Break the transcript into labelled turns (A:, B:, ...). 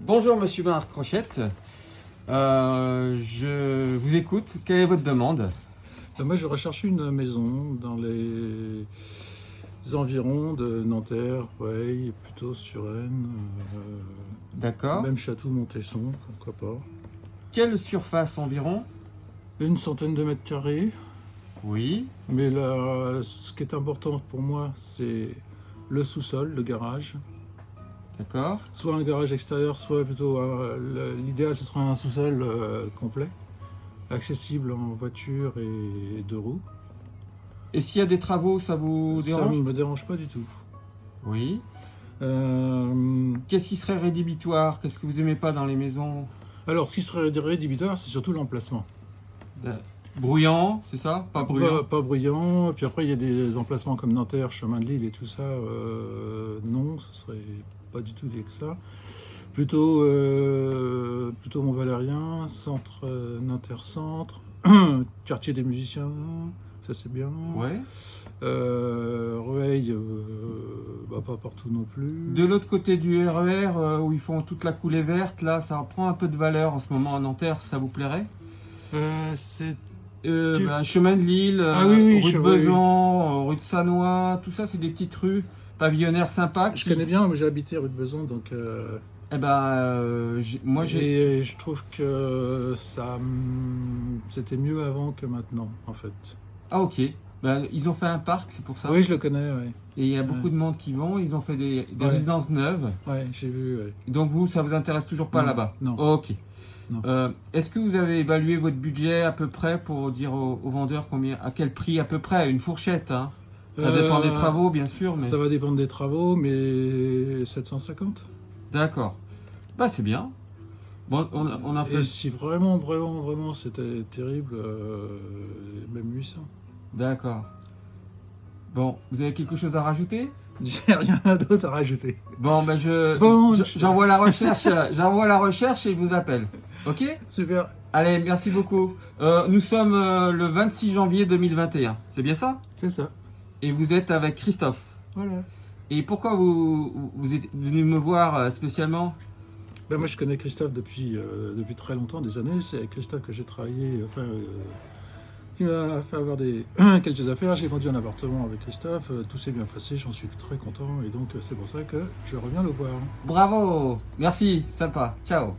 A: Bonjour Monsieur Bernard Crochette. Euh, je vous écoute. Quelle est votre demande
B: Euh, Moi, je recherche une maison dans les environs de Nanterre, Rueil, plutôt Suresnes, euh,
A: D'accord.
B: même Château-Montesson, pourquoi pas.
A: Quelle surface environ
B: Une centaine de mètres carrés.
A: Oui.
B: Mais là, ce qui est important pour moi, c'est le sous-sol, le garage.
A: D'accord.
B: Soit un garage extérieur, soit plutôt un- le- l'idéal, ce serait un sous-sol euh, complet, accessible en voiture et deux roues.
A: Et s'il y a des travaux, ça vous
B: Ça
A: dérange
B: ne me dérange pas du tout.
A: Oui.
B: Euh,
A: Qu'est-ce qui serait rédhibitoire Qu'est-ce que vous aimez pas dans les maisons
B: alors, ce qui serait rédhibitoire, c'est surtout l'emplacement.
A: Euh, Bruyant, c'est ça Pas bruyant.
B: Pas, pas bruyant. Puis après, il y a des emplacements comme Nanterre, Chemin de Lille et tout ça. euh, non, ce serait pas du tout des que ça. Plutôt, euh, plutôt Mont-Valérien, centre, euh, Nanterre-Centre, quartier des musiciens, ça c'est bien.
A: Ouais.
B: Euh, Rueil, euh, bah, pas partout non plus.
A: De l'autre côté du RER, euh, où ils font toute la coulée verte, là, ça prend un peu de valeur en ce moment à Nanterre, ça vous plairait
B: Euh, c'est-
A: Euh,
B: Tu-
A: bah, Chemin de Lille,
B: Ah
A: euh,
B: oui, oui,
A: rue de
B: je- oui, oui.
A: Besan, euh, rue de Sanois, tout ça, c'est des petites rues pavillonnaires sympas.
B: je
A: qui-
B: connais bien, mais j'ai habité rue de Beson, donc. euh,
A: Eh ben, euh, j'ai- moi, j'ai.
B: Et je trouve que ça, hum, c'était mieux avant que maintenant, en fait.
A: Ah, ok. Ben, ils ont fait un parc, c'est pour ça.
B: Oui, je le connais, oui.
A: Et il y a beaucoup de monde qui vont. Ils ont fait des, des
B: Ouais.
A: résidences neuves.
B: Ouais, j'ai vu, ouais.
A: Donc, vous, ça vous intéresse toujours pas
B: Non,
A: là-bas
B: non.
A: Ok.
B: Non.
A: Euh, Est-ce que vous avez évalué votre budget à peu près pour dire aux, aux vendeurs combien, à quel prix à peu près Une fourchette, hein Ça dépend des
B: Euh,
A: travaux, bien sûr, mais.
B: Ça va dépendre des travaux, mais 750.
A: D'accord. Bah, c'est bien. Bon, on, a- on a fait.
B: Et si vraiment, vraiment, vraiment, c'était terrible, euh, même 800.
A: D'accord. Bon, vous avez quelque chose à rajouter
B: J'ai rien d'autre à rajouter.
A: Bon, ben je
B: Bon,
A: je-
B: je-
A: j'envoie la recherche, euh, j'envoie la recherche et je vous appelle. Ok
B: Super.
A: Allez, merci beaucoup. Euh, nous sommes euh, le 26 janvier 2021. C'est bien ça
B: C'est ça.
A: Et vous êtes avec Christophe.
B: Voilà.
A: Et pourquoi vous vous êtes venu me voir euh, spécialement
B: Ben, moi, je connais Christophe depuis, euh, depuis très longtemps, des années. C'est avec Christophe que j'ai travaillé, enfin, euh, qui m'a fait avoir des, quelques affaires. J'ai vendu un appartement avec Christophe. euh, tout s'est bien passé, j'en suis très content. Et donc, euh, c'est pour ça que je reviens le voir.
A: Bravo Merci, sympa. Ciao.